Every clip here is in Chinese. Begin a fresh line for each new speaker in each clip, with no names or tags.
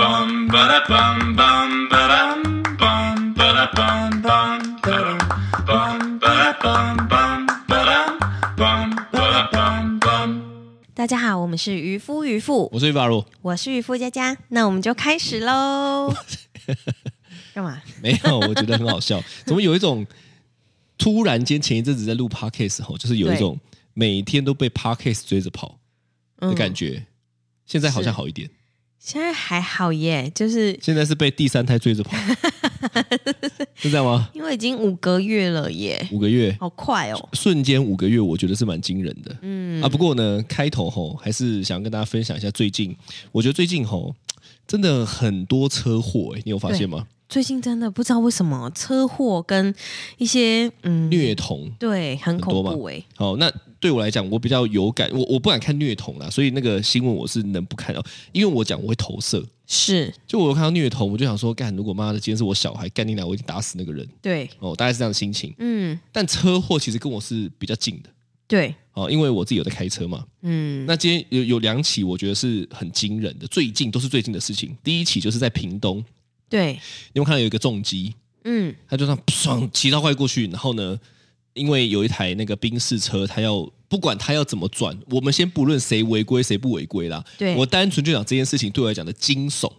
bum ba da bum bum ba dum bum ba da bum bum ba dum bum ba da bum bum ba dum bum ba da bum bum.
大家好，我们是渔夫渔妇，
我是玉发如，
我是渔夫佳佳，那我们就开始喽。干嘛？
没有，我觉得很好笑，怎么有一种突然间前一阵子在录 podcast 吼，就是有一种每天都被 podcast 追着跑的感觉，现在好像好一点，
嗯现在还好耶，就是
现在是被第三胎追着跑，是这样吗？
因为已经五个月了耶，
五个月，
好快哦。
瞬间五个月，我觉得是蛮惊人的。嗯啊，不过呢，开头吼还是想跟大家分享一下最近，我觉得最近吼真的很多车祸、欸，你有发现吗？
最近真的不知道为什么车祸跟一些嗯，
虐童。
对，很恐
很多
怖哎。
好，哦那对我来讲，我比较有感，我我不敢看虐童啦，所以那个新闻我是能不看哦，因为我讲我会投射，
是，
就我有看到虐童，我就想说，干，如果妈的今天是我小孩，干你俩，我已经打死那个人
对，
哦，大概是这样的心情。
嗯，
但车祸其实跟我是比较近的
对，
哦，因为我自己有在开车嘛，
嗯，
那今天有有两起，我觉得是很惊人的，最近都是最近的事情。第一起就是在屏东，你
对，
有没有看到有一个重机，
嗯，
他就这样爽骑到快过去，然后呢，因为有一台那个宾士车，他要不管他要怎么转，我们先不论谁违规谁不违规啦，
对
我单纯就讲这件事情对我来讲的惊悚。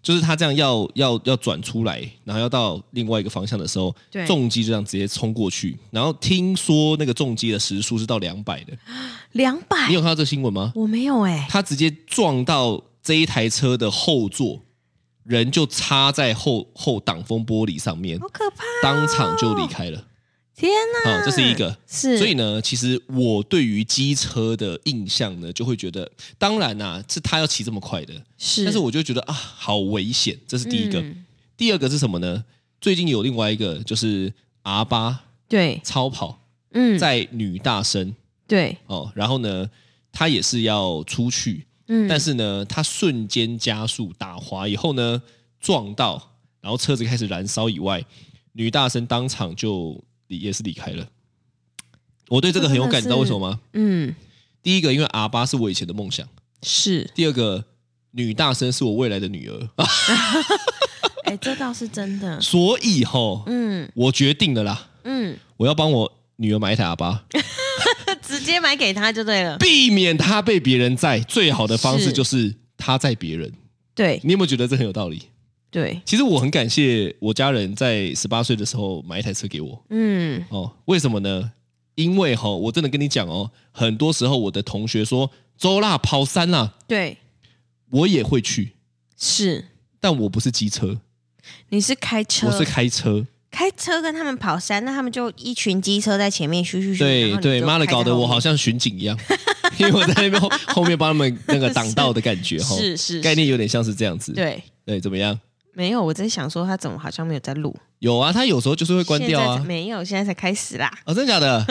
就是他这样要要要转出来，然后要到另外一个方向的时候
对，
重机就这样直接冲过去。然后听说那个重机的时速是到两百的，
哎两百，
你有看到这个新闻吗？
我没有哎，
他直接撞到这一台车的后座，人就插在后后挡风玻璃上面
好，可怕！
当场就离开了。
天哪，
好，这是一个。
嗯是，
所以呢，其实我对于机车的印象呢，就会觉得，当然啦、是他要骑这么快的，
是，
但是我就觉得啊，好危险。这是第一个。
嗯
第二个是什么呢？最近有另外一个就是 R 八
对，
超跑
嗯，
在女大生、
对，
哦，然后呢，他也是要出去，
嗯，
但是呢，它瞬间加速打滑以后呢，撞到，然后车子开始燃烧以外，女大生当场就离也是离开了。我对这个很有感，你知道为什么吗？
嗯，
第一个，因为 R 八是我以前的梦想；
是，
第二个，女大生是我未来的女儿，
嗯
啊、，
哎，这倒是真的
所以吼，
嗯
我决定了啦，
嗯，
我要帮我女儿买一台 R 八，
直接买给他就对了，
避免她被别人载。最好的方式
是
就是她载别人。
对
你有没有觉得这很有道理？
对，
其实我很感谢我家人在十八岁的时候买一台车给我
嗯，
哦，为什么呢？因为哈、我真的跟你讲哦，很多时候我的同学说走啦，跑山啦，
对，
我也会去，
是，
但我不是机车，
你是开车，
我是开车。
开车跟他们跑山，那他们就一群机车在前面咻咻咻，然
对
后你
对，
就
妈的，
开在
搞得
后
我
面
好像巡警一样， 因为我在那 边后后面帮他们那个挡道的感觉哈、
是是
哦概念有点像是这样子。
对，
对，怎么样？
没有，我在想说他怎么好像没有在录，
有啊，他有时候就是会关掉
现在才
啊。
没有，现在才开始啦，
哦，真的假的？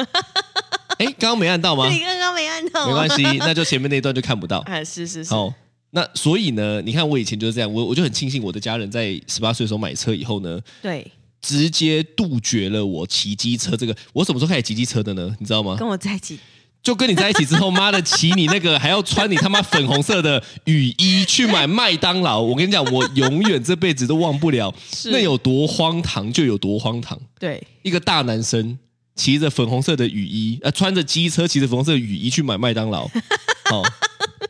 哎，刚刚没按 到吗？
你刚 刚没按到，
没关，系，那就前面那一段就看 不到。
啊，是是是，
好，哦那所以呢，你看我以前就是这样，我我就很庆幸我的家人在十八岁的时候买车以后呢，
对，
直接杜绝了我骑机车这个。我什么时候开始骑机车的呢？你知道吗？
跟我在一起，
就跟你在一起之后，妈的，骑你那个还要穿你他妈粉红色的雨衣去买麦当劳。我跟你讲，我永远这辈子都忘不了，那有多荒唐就有多荒唐。
对
一个大男生骑着粉红色的雨衣，呃，穿着机车骑着粉红色的雨衣去买麦当劳，哦，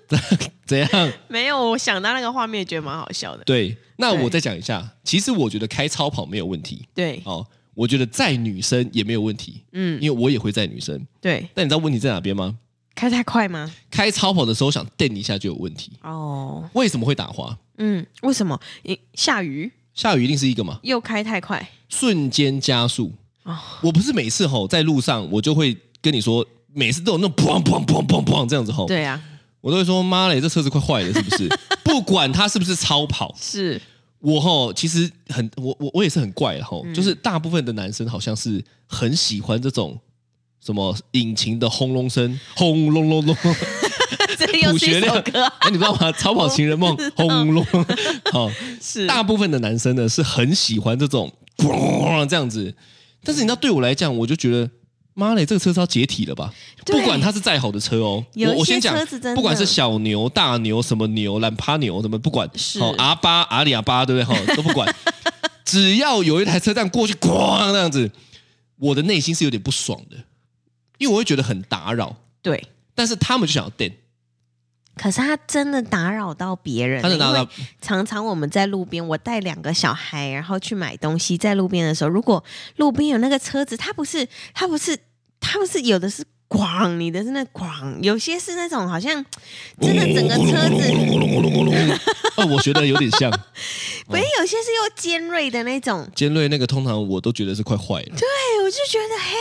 怎样？
没有，我想到那个画面，觉得蛮好笑的。
对，那
对
我再讲一下，其实我觉得开超跑没有问题
对
哦，我觉得载女生也没有问题，
嗯
嗯，因为我也会载女生。
对，
但你知道问题在哪边吗？
开太快吗？
开超跑的时候想蹬一下就有问题，
哦，
为什么会打滑？
嗯，为什么？因下雨
下雨一定是一个嘛，
又开太快，
瞬间加速。
哦
我不是每次吼在路上，我就会跟你说，每次都有那种砰砰砰砰砰这样子吼，
对啊，
我都会说妈嘞，这车子快坏了是不是？ 不管它是不是超跑，
是
我吼，其实很我我我也是很怪的吼，就是大部分的男生好像是很喜欢这种什么引擎的轰隆声，轰隆隆 隆，
这又
补
是
学
一
料
首歌啊，
哎，你知道吗？超跑情人梦，轰隆， 好，
是
大部分的男 生呢是很喜欢这种咣这样子，但是你知道对我来讲，我就觉得妈嘞，这个车是要解体了吧？
对
不管它是再好的车哦，
有一
我我
些
先讲
车子真，的
不管是小牛、大牛、什么牛、兰帕牛，什么不管，
是
好、阿巴、阿里阿巴，对不对？好、 都不管，只要有一台车这样过去，咣那样子，我的内心是有点不爽的，因为我会觉得很打扰。
对，
但是他们就想要电，
可是他真的打扰到别人了，
他真的打扰
因为常常我们在路边，我带两个小孩，然后去买东西，在路边的时候，如果路边有那个车子，它不是，它不是，它不是有的是咣，你的是那咣，有些是那种好像真的整个车子，
哦，我觉得有点像
不是有些是又尖锐的那种。
尖锐那个，通常我都觉得是快坏了。
对，我就觉得嘿，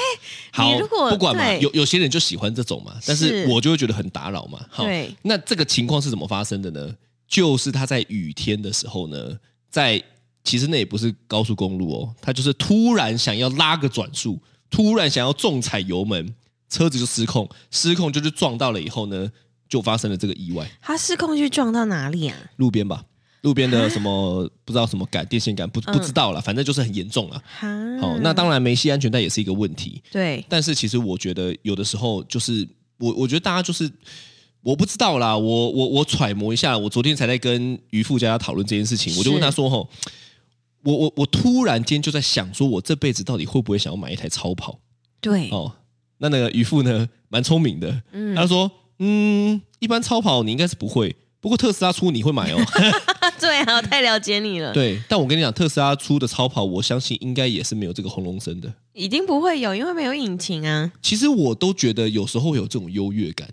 好
你如，果
不管嘛，
对
有有些人就喜欢这种嘛，但是
是
我就会觉得很打扰嘛。好
对，
那这个情况是怎么发生的呢？就是他在雨天的时候呢，在其实那也不是高速公路哦，他就是突然想要拉个转速，突然想要重踩油门，车子就失控，失控就是撞到了以后呢，就发生了这个意外，
他失控去撞到哪里啊？
路边吧。路边的什么不知道什么杆电线杆不
嗯
不知道了，反正就是很严重了。啊
哈，
好，
嗯
那当然没系安全带也是一个问题。
对
但是其实我觉得有的时候就是我，我觉得大家就是我不知道啦，我我我揣摩一下，我昨天才在跟渔夫家讨论这件事情，我就问
是
他说：“吼，我我我突然间就在想，说我这辈子到底会不会想要买一台超跑
对？”，
哦，那那个渔夫呢，蛮聪明的，
嗯
他说：“嗯，一般超跑你应该是不会。”不过特斯拉出你会买 哦，
啊 对啊，我太了解你了，
对，但我跟你讲，特斯拉出的超跑，我相信应该也是没有这个轰隆声的。
一定不会有，因为没有引擎啊。
其实我都觉得有时候会有这种优越感，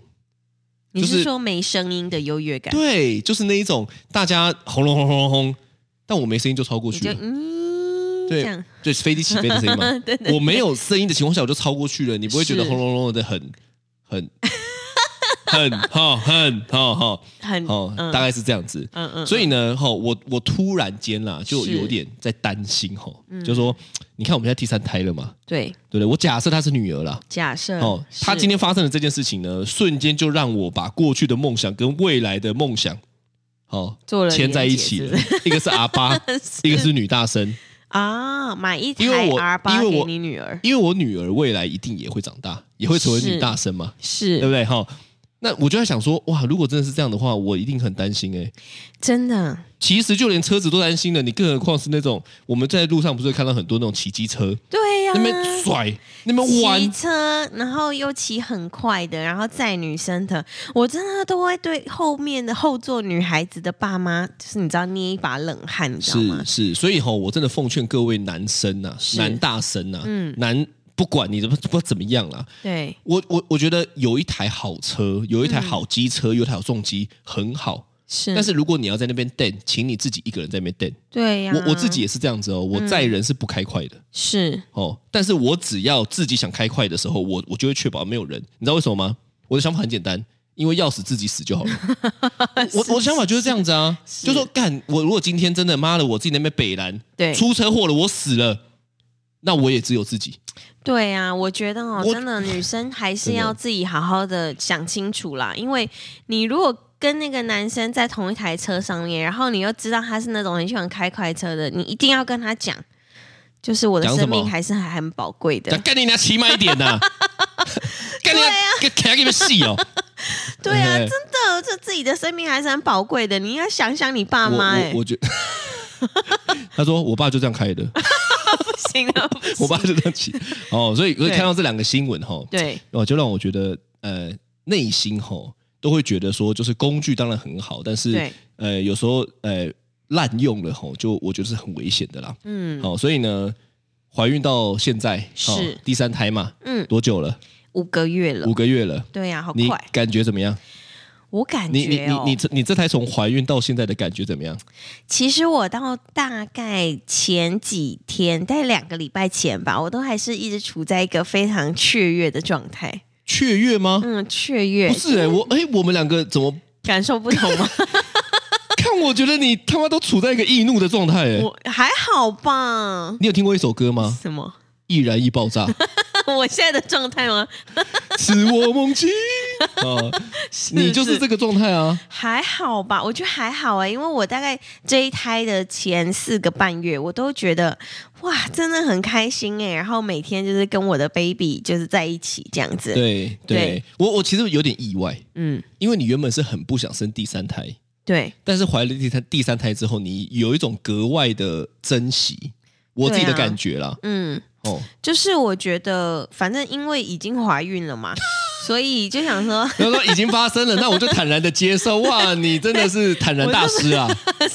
你
就是
是说没声音的优越感？
对，就是那一种大家轰隆轰隆轰隆，但我没声音就超过
你
去
就
了。
嗯，这
对
样，
就是飞机起飞的声音嘛。
对对
我没有声音的情况下，我就超过去了。你不会觉得
是
轰隆隆的很很很 哈很哈哈
很
哦，
嗯
大概是这样子。
嗯嗯，
所
以
以呢，哈，我我突然间啦，就是有点在担心哈，
嗯
就说你看我们现在第三胎了嘛，
对，
对不对？我假设她是女儿啦，
假设
哦，她今
天
天发生的这件事情呢，瞬间就让我把过去的梦想跟未来的梦想，哦，
做了
牵在一起了。一个是阿巴， 一个是女大生。
啊，买一
因为
台
我
R 八
因为
给
我
你女儿，
因为我女儿未来一定也会长大，也会成为女大生嘛，对不
是
对？哈、那我就在想说，哇，如果真的是这样的话，我一定很担心哎、
真的
其实就连车子都担心了，你更何况是那种我们在路上不是会看到很多那种骑机车，
对呀
那。边甩，那边
骑
弯，
车，然后又骑很快的，然后载女生的，我真的都会对后面的后座女孩子的爸妈，就是你知道捏一把冷汗，你知道吗
是？是，所以吼，我真的奉劝各位男生呐、男大生呐、
嗯
男不管你怎么不怎么样啦，
对，
我我我觉得有一台好车，有一台好机车，有一台好重机很好。
是，
但是如果你要在那边瞪，请你自己一个人在那边
对呀、嗯
瞪。我我自己也是这样子哦，我载人是不开快的、
是
哦，但是我只要自己想开快的时候，我我就会确保没有人。你知道为什么吗？我的想法很简单，因为要死自己死就好了。我我的想法就是这样子啊，就说干我如果今天真的妈的我自己在那边北蓝
对
出车祸了，我死了，那我也只有自己。
对啊，我觉得哦，
我
真的女生还是
真的
要自己好好的想清楚啦，因为你如果跟那个男生在同一台车上面，然后你又知道他是那种很喜欢开快车的，你一定要跟他讲，就是我的
讲什
生
么
命还是还很宝贵的
干。干你娘骑慢一 点呐、干你娘
啊
给给你们戏哦！
对啊，
哎
真的，这自己的生命还是很宝贵的，你要想想你爸
我
妈、
我
哎，
我觉 他说我爸就这 样开的，
不行 了，不行
我爸就这样骑哦，所以所以
对
看到这两个新闻哈，
对
哦，就让我觉得呃内心哈都会觉得说，就是工具当然很好，但是
对，
呃有时候呃滥用了哈，就我觉得是很危险的啦。
嗯
好、所以呢，怀孕到现在哦
是
第三胎嘛，
嗯，
多久了？
五个月了
五，个月了。
对啊，好
你
快，
感觉怎么样？
我感
你你
觉
你
哦，
你这你这胎从怀孕到现在的感觉怎么样？
其实我到大概前几天，大概两个礼拜前吧，我都还是一直处在一个非常雀跃的状态。
雀跃吗？
嗯，雀跃
不是哎、我哎、我们两个怎么
感受不 同吗？
看？我觉得你他妈都处在一个易怒的状态哎。
我还好吧。
啊你有听过一首歌吗？
什么？
易燃易爆炸，
我现在的状态吗？
使我梦境啊，你就是这个状态啊。
还好吧，我觉得还好哎、因为我大概这一胎的前四个半月，我都觉得哇，真的很开心哎、然后每天就是跟我的 baby 就是在一起这样子，
对对
对，
我我其实有点意外，
嗯，
因为你原本是很不想生第三胎，
对，
但是怀了第三第三胎之后，你有一种格外的珍惜，我自己的
对啊
感觉啦。
嗯，
哦，
就是我觉得反正因为已经怀孕了 嘛，所以就想说
他说已经发生了，那我就坦然的接受。哇，你真的是坦然大师 啊，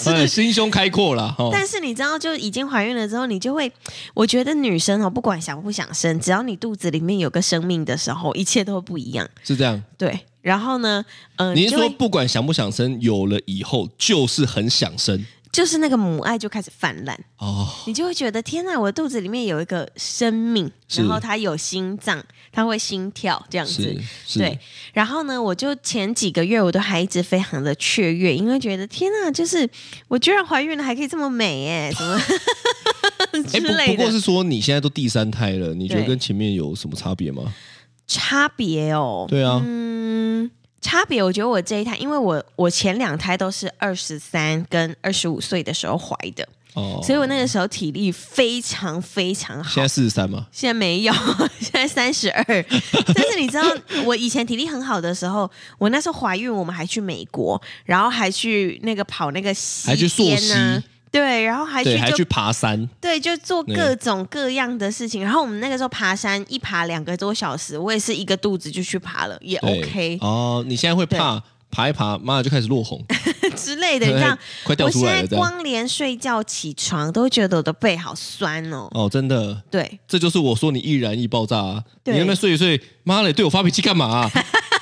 哎心胸开阔了。哦，
但是你知道，就已经怀孕了之后，你就会，我觉得女生哦，不管想不想生，只要你肚子里面有个生命的时候，一切都会不一样。
是这样。
对，然后呢，嗯、
你是
就
说
会
不管想不想生，有了以后就是很想生
就是那个母爱就开始泛滥，
哦？
你就会觉得天呐，我肚子里面有一个生命，
是
然后它有心脏，它会心跳这样子
是。是，哎
对，然后呢，我就前几个月我都还一直非常的雀跃，因为觉得天呐，就是我居然怀孕了，还可以这么美哎，什么之
哎，
类的。
不不过是说你现在都第三胎了，你觉得
对
跟前面有什么差别吗？
嗯差别哦，
对啊，
嗯，差别，我觉得我这一胎，因为我我前两胎都是二十三跟二十五岁的时候怀的，
哦，
所以我那个时候体力非常非常好。
现在四十三嘛，
现在没有， 现在三十二。 但是你知道，我以前体力很好的时候，我那时候怀孕，我们还去美国，然后还去那个跑那个溪
还去溯
边
溪
呢、对，然后还去
对，还
就
去爬山，
对，就做
对
各种各样的事情。然后我们那个时候爬山，一爬两个多小时，我也是一个肚子就去爬了，也
对
OK
哦，你现在会怕爬一爬，妈的就开始落红，
之类的。你知道，
快掉
我
出
现
来
在
了，这样
光连睡觉起床都觉得我的背好酸哦。
哦，真的，
对，
这就是我说你易燃易爆炸啊！你
对
那边睡一睡，妈的，对我发脾气干嘛 啊、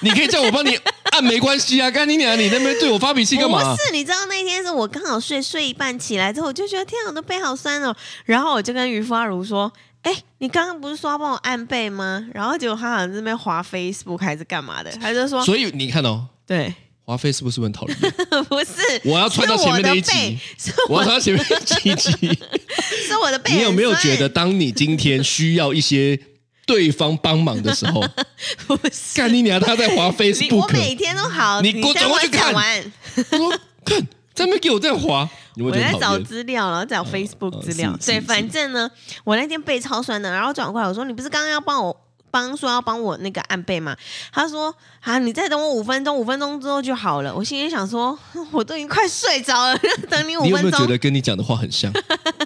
你可以叫我帮你按，没关系啊，干你娘！你那边对我发脾气干
不
嘛啊、
是，你知道那天是我刚好睡睡一半起来之后，我就觉得天啊，我的背好酸哦。然后我就跟于发如说：“哎、你刚刚不是说要帮我按背吗？”然后结果他好像在那边滑 Facebook 还是干嘛的，他就说
所以你看哦，：“
对，
华妃是不是很讨人 厌？
不是，
我要穿到前面那一集
是我的背是
我要
我
说前面几集，
是我的背。”
你有没有觉得，？当你今天需要一些对方帮忙的时候，
不是，
干你娘，他在华妃
你我
Facebook，
每天都好，
你给我
再
转过去看
讲完。
他说看，在那边给我这样滑，你会
我
觉得
在
很讨
找
厌。
资料，然后找 Facebook 资料
是。是
对，
是
反正呢，我那天背超酸的，然后转过来我说：“你不是刚刚要帮我帮说要帮我那个按背吗？”他说：“啊，你再等我五分钟，五分钟之后就好了。”我心里想说：“哼我都已经快睡着了，等你五
你有没
分
有觉
钟。
得跟你讲的话很像？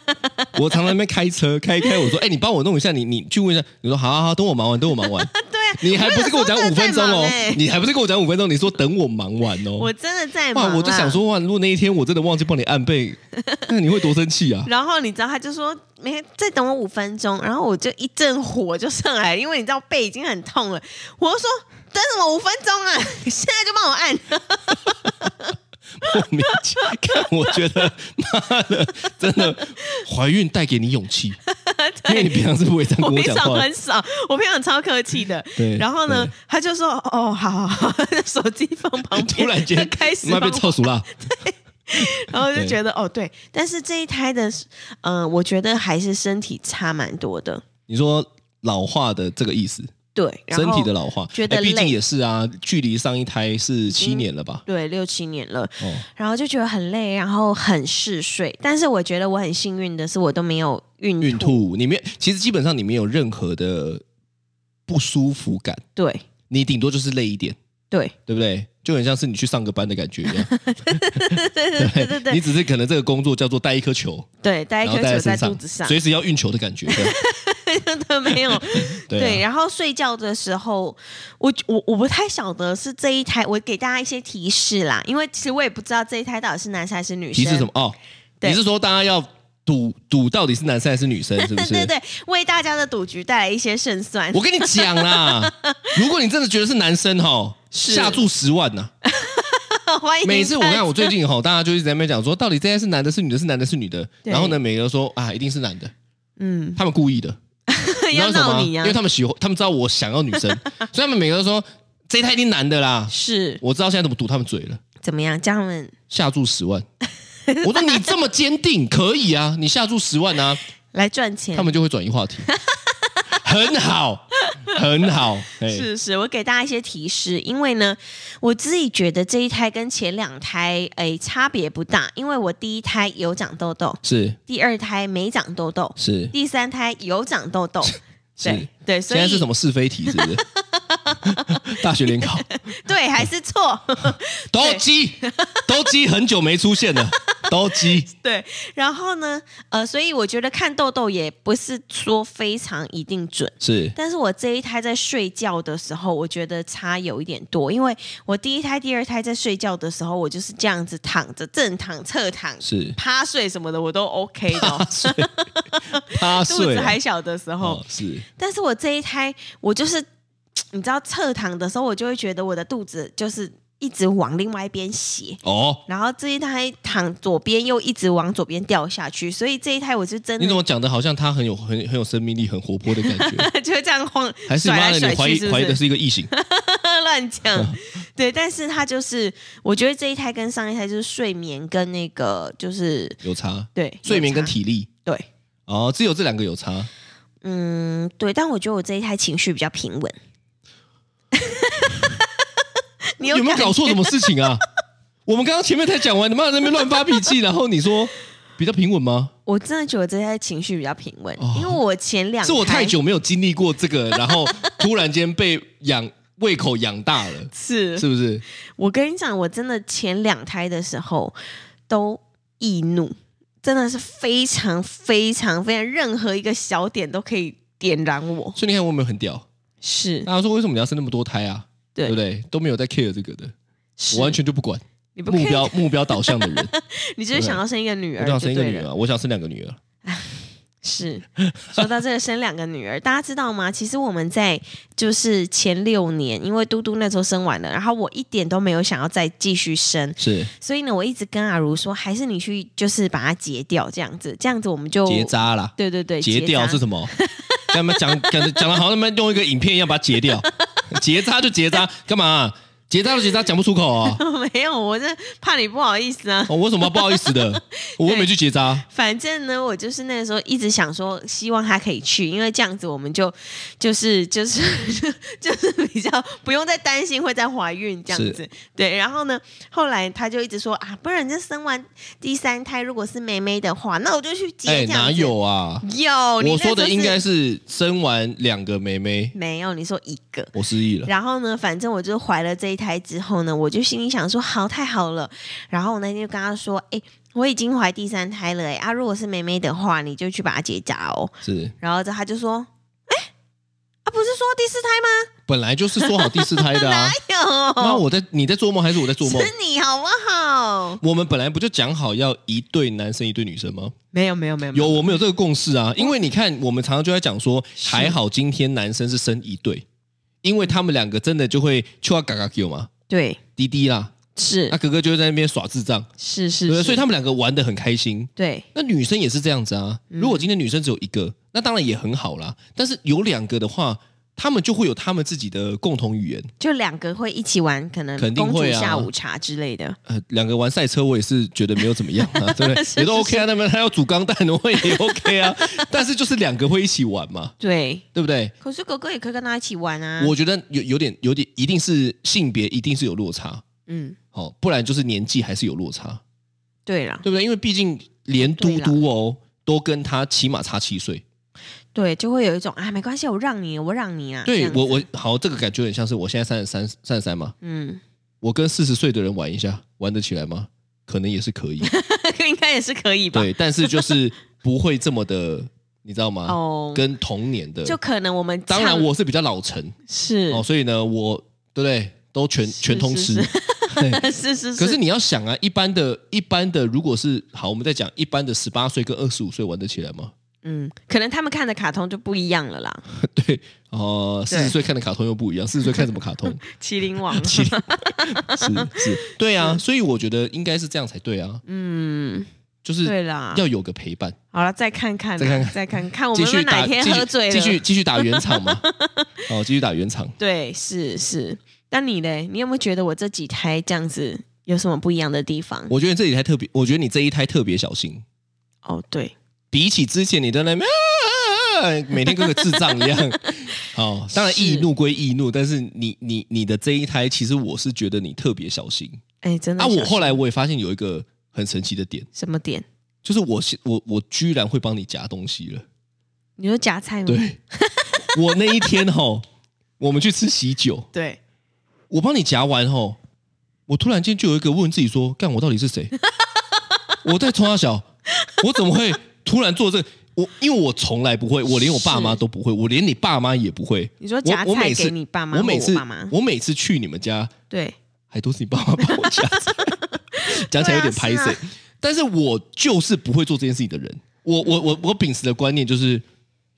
我常常在那边开车开一开，我说：“哎、你帮我弄一下，你你去问一下。”你说：“好好好，等我忙完，等我忙完。”
对啊
你还不是跟我讲五分钟
我有时候真的在忙
哦
欸？
你还不是跟我讲五分钟？你说等我忙完” 哦。
我真的在忙
哇！
啦
我就想。说，哇，如果那一天我真的忘记帮你按背， 那你会多生气啊？
然后你知道，他就说没再等我五分钟，然后我就一阵火就上来，因为你知道背已经很痛了，我就说等什么五分钟啊，现在就帮我按。
莫名其妙，看我觉得妈的，真的怀孕带给你 勇气，因为你平常是不会这样
我
跟我
平
讲
常
话。
很少，我平常超客气的。
对
然后呢
对，
他就说：“哦，好好好， 手机放旁边。”
突然间
就开始
妈
帮
被
我
操熟了，
然后我就觉得哦，对。但是这一胎的，嗯、我觉得还是身体差蛮多的。
你说老化的这个意思，
对，然
身
后
体的老化，
觉得
哎毕竟
累
也是啊，距离上一胎是七年了吧？
对六七年了，
哦，
然后就觉得很累，然后很嗜睡。但是我觉得我很幸运的是，我都没有孕
孕吐，你没其实基本上你没有任何的不舒服感，
对
你顶多就是累一点，
对
对不对？就很像是你去上个班的感觉一样，
对 对对对对
你只是可能这个工作叫做带一颗球，
对，带一
然后
颗
带
球
在
在
身
肚子上，
随时要运球的感觉， 对
真的没有。对，
啊
然后睡觉的时候，我我我不太晓得是这一胎，我给大家一些提示啦，因为其实我也不知道这一胎到底是男生还是女生。
提示什么？？哦，
对
你是说大家要赌赌到底是男生还是女 生，是不是？
对对，为大家的赌局带来一些胜算。
我跟你 讲啦，如果你真的觉得是男生哈，
是
下注十万呐、
欢迎
每 次我
大家
看我最近哈，大家就一直在那边讲说，到底这些是男的是女的是男的是女的，
对
然后呢，每个人说啊，一定是男的，
嗯
他们故意的，你知道
要
为什
闹
么吗？
你啊
因
呀、
为他们喜欢，他们知道我想要女生， 所以他们每个人都说这一胎一定男的啦。
是
我知道现在怎么堵他们嘴了，
怎么样？叫他们
下注十万。我说你这么坚定，可 以啊，你下注十万啊，
来赚钱？
他们就会转移话题，很好。很好，哎，
是是，我给大家一些提示，因为呢，我自己觉得这一胎跟前两胎诶差别不大，因为我第一胎有长痘痘，
是
第二胎没长痘痘，
是
第三胎有长痘痘，
是
对对，所
现在
以
是什么是非题？是不是？大学联考，
对还是错，
都鸡，都鸡很久没出现 了，都鸡
对，然后呢，呃，所以我觉得看痘痘也不是说非常一定准。
是
但是我这一胎在睡觉的时候，我觉得差有一点多，因为我第一胎、第二胎在睡觉的时候，我就是这样子躺着，正躺、侧躺、
是
趴睡什么的，我都 OK 的哦、
八岁，八
肚
岁
子
了
还小的时候，
啊哦，是
但是我这一胎，我就是你知道侧躺的时候，我就会觉得我的肚子就是一直往另外一边斜。
哦。
然后这一胎躺左边又一直往左边掉下去，所以这一胎我是真
你
的
怎么讲的？好像他很有很很有生命力，很活泼的感 觉，
就这样晃，
还是
甩
妈
来
的
甩
你怀疑
去，是不
怀疑
是？
的是啊一个异形？
乱讲，对，但是他就是，我觉得这一胎跟上一胎就是睡眠跟那个就是
有差，
对
睡眠跟
有差
体力
对，
哦，只有这两个有差。
嗯对，但我觉得我这一胎情绪比较平稳。 你
有没有
感
搞错什么事情 啊？我们刚刚前面才讲完，你妈在那边乱发脾气，然后你说比较平稳吗？
我真的觉得我这一胎情绪比较平稳，
哦
因为我前两
是我
胎
太久没有经历过这个，然后突然间被养胃口养大了，
是
是不是？
我跟你讲，我真的前两胎的时候都易怒，真的是非常非常非常，任何一个小点都可以点燃我。
所以你看我有没有很屌？
是
大家说为什么你要生那么多胎啊？
对
对不对？都没有在 care 这个的，
是
我完全就不管
你不
目
care，
标目标导 向的人，
你就是想要生一个女
我
儿，
就想生一个
就对
女
了
儿，我想生两个女儿。啊
是，说到这个生两个女儿，大家知道吗？其实我们在就是前六年，因为嘟嘟那时候生完了，然后我一点都没有想要再继续生，
是
所以呢，我一直跟阿如说，还是你去就是把它截掉，这样子，这样子我们就
结扎啦，
对哦对对，
结掉是
么？
什么？干嘛讲讲讲的好像他们用一个影片一样把它截掉，啊 结扎就结扎，干嘛、啊结扎就结扎，讲不出口 啊！
没有，我这怕你不好意思啊。
哦、我有什么不好意思的？我又没去结扎，
反正呢，我就是那时候一直想说，希望他可以去，因为这样子我们就就是就是 就是比较不用再担心会再怀孕这样子。对，然后呢，后来他就一直说啊，不然就生完第三胎如果是妹妹的话，那我就去接
哎、
这样子。
哪？有啊？
有，你
我
那时候
说的应该
是
是生完两个妹妹，
没有，你说一个。
我失忆 了。
然后呢，反正我就怀了这一胎之后呢，我就心里想说，好，太好了。然后我那天就跟他说，哎、我已经怀第三胎了、哎啊，如果是妹妹的话，你就去把它结扎哦。
是，
然后他就说，哎、啊，不是说第四胎
本来就是说好第四胎的 啊。
吗？哎
那
呦，
我在你在做梦还是我在做梦？
是你好不好？
我们本来不就讲好要一对男生一对女生吗？
没有，没有，没有，没
有，我们有这个共识
哦
啊。因为你看，我们常常就在讲说，还好今天男生是生一对，因为他们两个真的就会去啊嘎嘎 Q 嘛，
对，
滴滴啦，
是
那哥哥就会在那边耍智障，
是
对不
是，
对，所
是
以他们两个玩的很开心。
对
那女生也是这样子啊。
嗯
如果今天女生只有一个，那当然也很好啦。但是有两个的话，他们就会有他们自己的共同语言。
就两个会一起玩，可能
肯定
公主
会啊
下午茶之类的。
呃，两个玩赛车，我也是觉得没有怎么样 啊，对不对？也都 OK 啊。那么他要煮钢蛋，我也 OK 啊。但是就是两个会一起玩嘛，
对，
对不对？
可是哥哥也可以跟他一起玩啊。
我觉得有有点有点，一定是性别一定是有落差，
嗯，
好、不然就是年纪还是有落差，
对啦，
对不对？因为毕竟连嘟嘟哦，都跟他起码差七岁。
对，就会有一种啊，没关系，我让你，我让你啊。这
对
样子
我我好，这个感觉很像是我现在三十三三十三嘛，
嗯，
我跟四十岁的人玩一下，玩得起来吗？可能也是可以，
应该也是可以吧？
对，但是就是不会这么的，你知道吗？
哦，
跟童年的，
就可能我们
当然
唱
我是比较老成
是
哦，所以呢，我对不对？都全全通吃。
是
对
是是
可是你要想啊，一般的、一般的，如果是好，我们在讲一般的十八岁跟二十五岁玩得起来吗？
嗯，可能他们看的卡通就不一样了啦，
对，哦、四
对
十岁看的卡通又不一样，四十岁看什么卡 通？
《麒麟 王》
其实是是，对啊，所以我觉得应该是这样才对啊，
嗯，
就是
对啦，
要有个陪伴，
好了，再看看啦，
再看看
再看看，我
继
们
续
是哪
打，
天
继续
喝醉了？
继续继续打圆场 嘛，哦，继续打圆场。
对，是是。那你嘞？你有没有觉得我这几胎这样子有什么不一样的地方？
我觉得这一胎特别，我觉得你这一胎特别小心，
哦，对，
比起之前你的那边啊啊每天跟个智障一样。 哦，当然
是
易怒归易怒，但是你你你的这一胎，其实我是觉得你特别小心。
哎，真的
啊，
小心。
我后来我也发现有一个很神奇的点，
什么点？
就是我是我我居然会帮你夹东西了。
你说夹菜吗？
对，我那一天吼，我们去吃喜酒，
对，
我帮你夹完吼，我突然间就有一个问自己说：干我到底是 谁？我在冲他小，我怎么会突然做这个我因为我从来不会，我连我爸妈
是
都不会，我连你爸妈也不会。
你说
我
夹
我
菜
每次
给你爸妈
我
或
每
我
次
爸妈
我每次去你们家，
对，
还都是你爸妈帮我夹 菜，讲起来有点拍
对
谁
啊，
但是我就是不会做这件事情的人。我我我我秉持的观念就是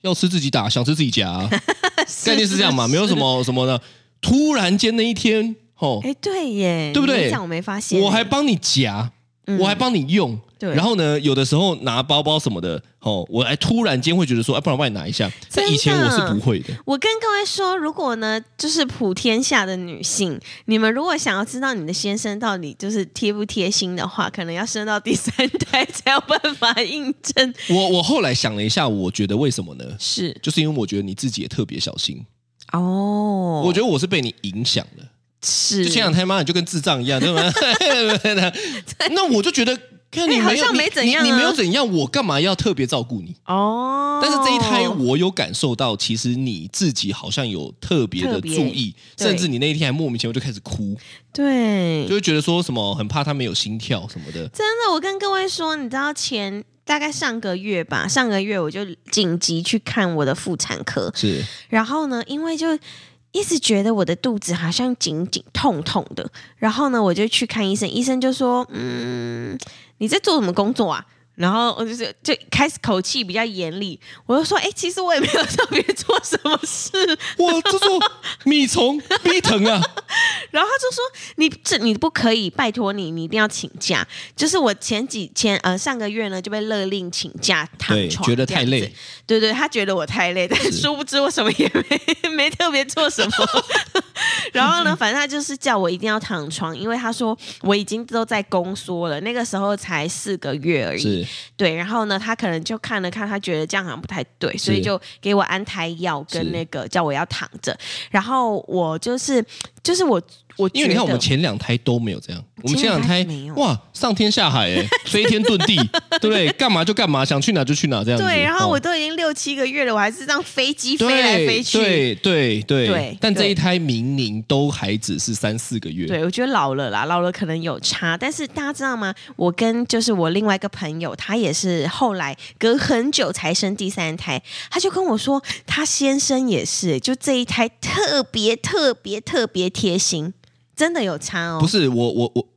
要吃自己打，想吃自己 夹啊、概念是这样嘛，没有什么什么的。突然间那一天，哦，
哎，对耶，
对不对
你讲我没发现，
我还帮你夹，
嗯
我还帮你用。
对
然后呢，有的时候拿包包什么的，哦，我还突然间会觉得说，哎、不然我帮你拿一下。
真的
但以前我是不会的，
我跟各位说，如果呢，就是普天下的女性，你们如果想要知道你的先生到底就是贴不贴心的话，可能要生到第三胎才有办法印证。
我我后来想了一下，我觉得为什么呢？
是
就是因为我觉得你自己也特别小心，
哦，嗯
我觉得我是被你影响了。
是
就前两天妈你就跟智障一样，对吗？ 那我就觉得，看你
哎好
没有、
像
你
没怎样啊
你，你没有怎样，我干嘛要特别照顾你？
哦，
但是这一胎我有感受到，其实你自己好像有特别的
特
注
别
意，
对
甚至你那一天还莫名其妙就开始哭，
对
就，会觉得说什么很怕他没有心跳什么 的。
真的，我跟各位说，你知道前大概上个月吧，上个月我就紧急去看我的妇产科，
是，
然后呢，因为就一直觉得我的肚子好像紧紧痛痛的，然后呢，我就去看医生，医生就说：“嗯，你在做什么工作啊？”然后我就是就开始口气比较严厉，我就说：“哎、其实我也没有 特别做什么事。
哇，这种米虫逼 疼啊！”
然后他就说：“你这你不可以，拜托你，你一定要请假。”就是我前几前呃上个月呢就被勒令请假躺
对，
床，
觉得太
这样
累
子。，对对，他觉得我太累，但
是
殊不知我什么也没 没特别做什 么。然后呢，反正他就是叫我一定要躺床，因为他说我已经都在宫缩了，那个时候才四个月而已。
是
对，然后呢，他可能就看了看，他觉得这样好像不太对，所以
是
就给我安胎药
是
跟那个叫我要躺着。然后我就是就是我我
因为你看
觉
我们
得
前两胎都没有这样，我们前两胎
前两胎没有
哇上天下 海哎、飞天遁地，对不对？干嘛就干嘛，想去哪就去哪这样子。
对，然后
哦
我都已经六七个月了，我还是让飞机
对
飞来飞去。
对对对
对
但这
对
一胎明明都还只是三四个月，
对，我觉得老了啦，老了可能有差，但是大家知道吗？我跟就是我另外一个朋友，他也是后来隔很久才生第三胎，他就跟我说，他先生也是，就这一胎特别特别特别贴心，真的有差哦。
不是我我 我，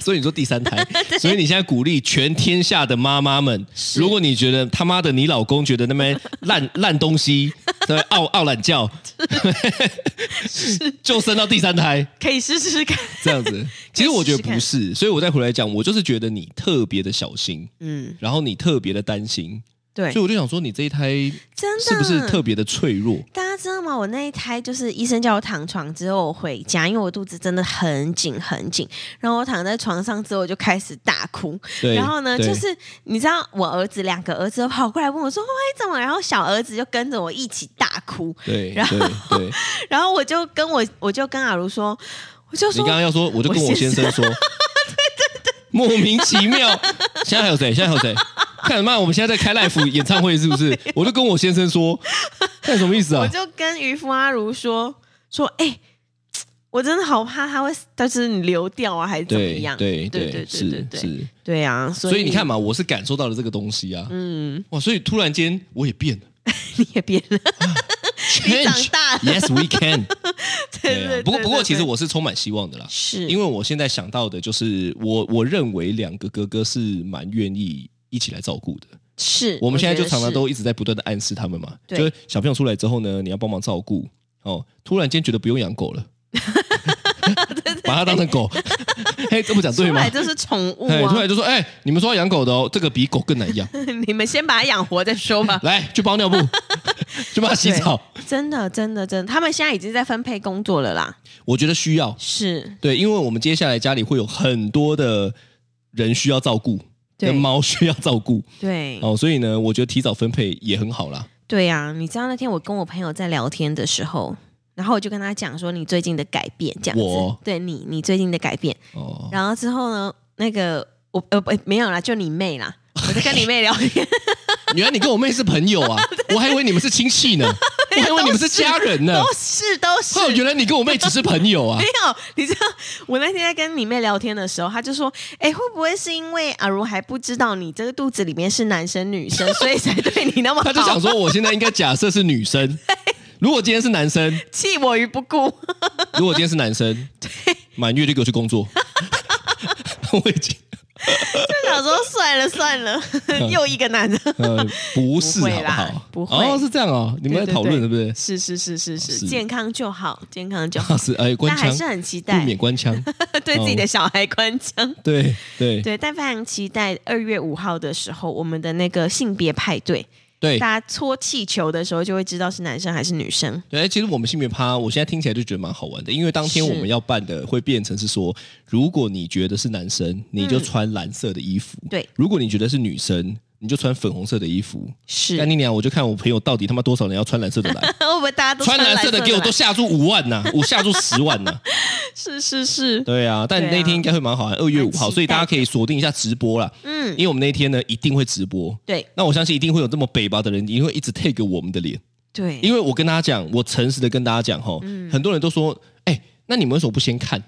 所以你说第 三胎，所以你现在鼓励全天下的妈妈们，如果你觉得他妈的你老公觉得 那边烂烂东西，对傲傲懒觉， 就生到第三胎
可以试试看。
这样 子。其实我觉得不是，所以我再回来讲，我就是觉得你特别的小心，
嗯，
然后你特别的担心，
对
所以，我就想说你这一胎
真的
是不是特别的脆弱？
大家知道吗？我那一胎就是医生叫我躺床之后我回家，因为我肚子真的很紧很紧，然后我躺在床上之后我就开始大哭，
对，
然后呢，
对
就是你知道，我儿子两个儿子都跑过来问我说：“喂，怎么？”然后小儿子就跟着我一起大哭，
对
然
对对，
然后我就跟我我就跟阿如说，我就
你
说
刚刚要说，我就跟我
我
先
先
生 说，莫名其妙。现在还有谁？现在还有谁？看妈，我们现在在开 live 演唱会是不是？我就跟我先生说，那什么意 思
我
啊？
就跟渔夫阿如说说，哎、我真的好怕他会，但是你流掉啊，还是怎么
对
样？
对
对对
对
对对
是
对
是，
对啊！所以
所以你看，嘛，我是感受到了这个东西啊，
嗯，
哇！所以突然间我也变了
你也变了，你长
，change。
大了，
Yes, we can
对对
啊
对
不过
对
不过，
对
其实我是充满希望的啦，
是
因为我现在想到的就是我我认为两个哥哥是蛮愿意一起来照顾的。
是
我们现在
觉
就
得
常常
是
都一直在不断的暗示他们嘛，就
对
是小朋友出来之后呢，你要帮忙照顾哦。突然间觉得不用养 狗了，把它当成狗，哎，这不讲对
出
吗
来？就是宠物
哎，突
啊，
然就说，哎，你们说要养狗的哦，这个比狗更难养，
你们先把它养活再说 吧。
来去包 尿布，去帮它洗澡，
真的，真的，真的，他们现在已经在分配工作了啦。
我觉得需要，
是，
对，因为我们接下来家里会有很多的人需要照顾，
对
跟猫需要照顾哦
对，
哦，所以呢，我觉得提早分配也很好啦。
对呀、你知道那天我跟我朋友在聊天的时候，然后我就跟他讲说你最近的改变这样
我
子，对你你最近的改变，
哦，
然后之后呢，那个我呃不没有啦，就你妹啦，我在跟你妹聊 天，
原来你跟我妹是朋友 啊，我还以为你们是亲戚呢，我还以为你们是家人呢
都。是都是。
哦，原来你跟我妹只是朋友 啊
没！有，你知道我那天在跟你妹聊天的时候，她就说：“哎、会不会是因为阿如还不知道你这个肚子里面是男生女生，所以才对你那么好？”
她就想说，我现在应该假设是女生。如果今天是男生，
弃我于不顾。
如果今天是男生，满月就给我去工 作。我已经
就想说算了算 了，又一个男的。
呃不是
不会
好不
啦
好？
不会
哦，是这样哦，你们在讨论对不对？
是是是是是，
哦是
健康就好，健康就 好
啊。是哎，
但
官
还
腔
是很期
不
待
免哦哎官腔，
对自己的小孩关枪。
对对
对，但非常期待二月五号的时候，我们的那个性别派对，
对
大家搓气球的时候就会知道是男生还是女生。
对，哎其实我们性别趴，我现在听起来就觉得蛮好玩的，因为当天
是
我们要办的会变成是说，如果你觉得是男生，你就穿蓝色的衣服；
嗯对
如果你觉得是女生，你就穿粉红色的衣服。干
是，
你娘！我就看我朋友到底他妈多少人要穿蓝色的来，
会不会大家 都
穿蓝色
色
的给我
来
都下注五万呐、我下注十万呐、
是是是，
对啊，但
对啊
那天应该会蛮好玩，二月五号，
蛮期待的
所以大家可以锁定一下直播啦，
嗯，
因为我们那一天呢一定会直播。
对
那我相信一定会有这么北吧的人，一定会一直 take 我们的脸。
对，
因为我跟大家讲，我诚实的跟大家讲哈，
嗯
很多人都说，哎、那你们为什么不先看？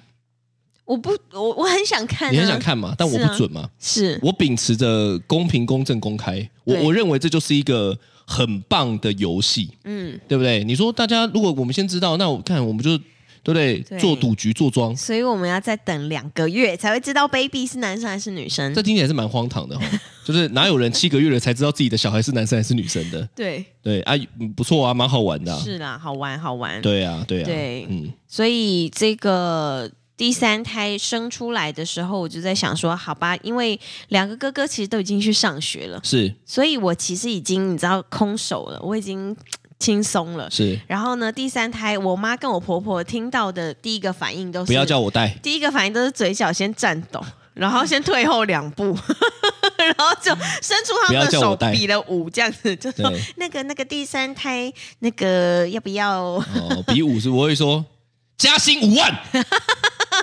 我不我我很想看、啊，
你很想看嘛，但我
嗯是
不
啊
准嘛。
是
我秉持着公平、公正、公开，我
对
我认为这就是一个很棒的游戏，
嗯，
对不对？你说大家如果我们先知道，那我看我们就对不对？
对
做赌局、做庄，
所以我们要再等两个月才会知道 baby 是男生还是女生
这。听起来是蛮荒 唐的哈。就是哪有人七个月了才知道自己的小孩是男生还是女生的？
对，
对啊，嗯不错啊，蛮好玩的、啊。
是啦，好玩好玩。
对啊，对啊，
对
嗯，
所以这个第三胎生出来的时候，我就在想说，好吧，因为两个哥哥其实都已经去上学了，
是
所以我其实已经你知道空手了，我已经轻松了。
是，
然后呢，第三胎，我妈跟我婆婆听到的第一个反应都是
不要叫我带。
第一个反应都是嘴角先颤抖，然后先退后两步， 然后就伸出他们的
不要叫我
手
带
比了五，这样子就说
对
那个那个第三胎那个要不要？
哦，比五十，我会说加薪五万。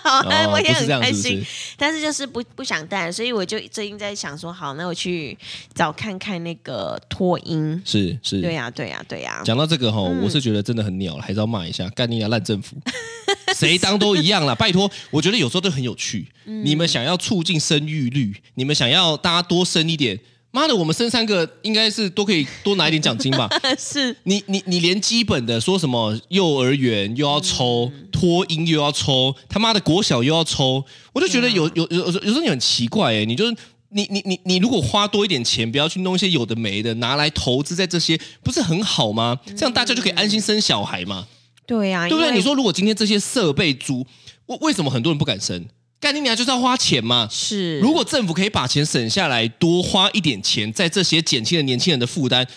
好，
哦，
哎我也
不是
很
这样，
开
是不
心，
是？
但是就是不不想带，所以我就最近在想说，好，那我去找看看那个脱音。
是是。
对呀、啊嗯对呀、对呀、
讲到这个哈、我是觉得真的很鸟了，还是要骂一下，干你啊烂政府， 谁当都一样啦，拜托，我觉得有时候都很有趣。
嗯
你们想要促进生育率，你们想要大家多生一点，妈的，我们生三个应该是都可以多拿一点奖金吧？
是
你你你连基本的说什么幼儿园又要抽，
嗯
托婴又要抽，他妈的国小又要抽，我就觉
啊
得有、有有有有时候你很奇怪哎、你就是。你你你你如果花多一点钱，不要去弄一些有的没的，拿来投资在这些，不是很好吗？这样大家就可以安心生小孩嘛，
对嗯哎呀、
对不对？
因为
你说如果今天这些设备租，为为什么很多人不敢生？干你娘就是要花钱嘛，
是，
如果政府可以把钱省下来，多花一点钱在这些减轻了年轻人的负担，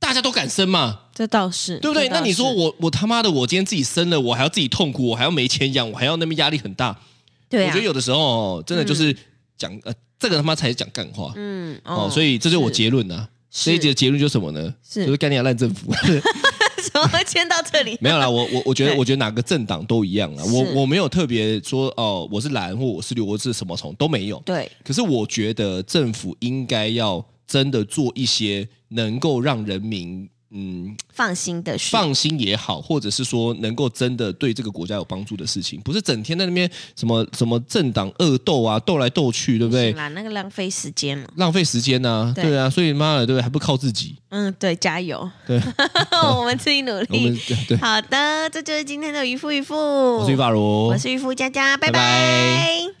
大家都敢生嘛，
这倒是
对不对？
这倒
那
是
你说我我他妈的，我今天自己生了，我还要自己痛苦，我还要没钱养，我还要那边压力很大。
对、啊，
我觉得有的时候哦真的就是讲、呃，这个他妈才是讲干话、
嗯
哦，所以这就是我
是
结论呐、啊。
是
这一节的结论就是什么呢？
是
就是干你娘烂政府。
怎么签到这里？
没有啦，我我我觉得
对
我觉得哪个政党都一样啦。
是
我我没有特别说哦、我是蓝或我是绿，我是什么虫都没有。
对，
可是我觉得政府应该要真的做一些能够让人民嗯
放心的事，
放心也好，或者是说能够真的对这个国家有帮助的事情，不是整天在那边什么什么政党恶斗啊，斗来斗去，对不对
是？啦，那个浪费时间了。
浪费时间呐、
对
对啊，所以妈的，对不对？还不靠自己，
嗯，对，加油，
对，
我们自己努
我们
力。
对，
好的，这就是今天的渔夫渔夫，
我是玉发罗，
我是渔夫佳佳，拜
拜拜
拜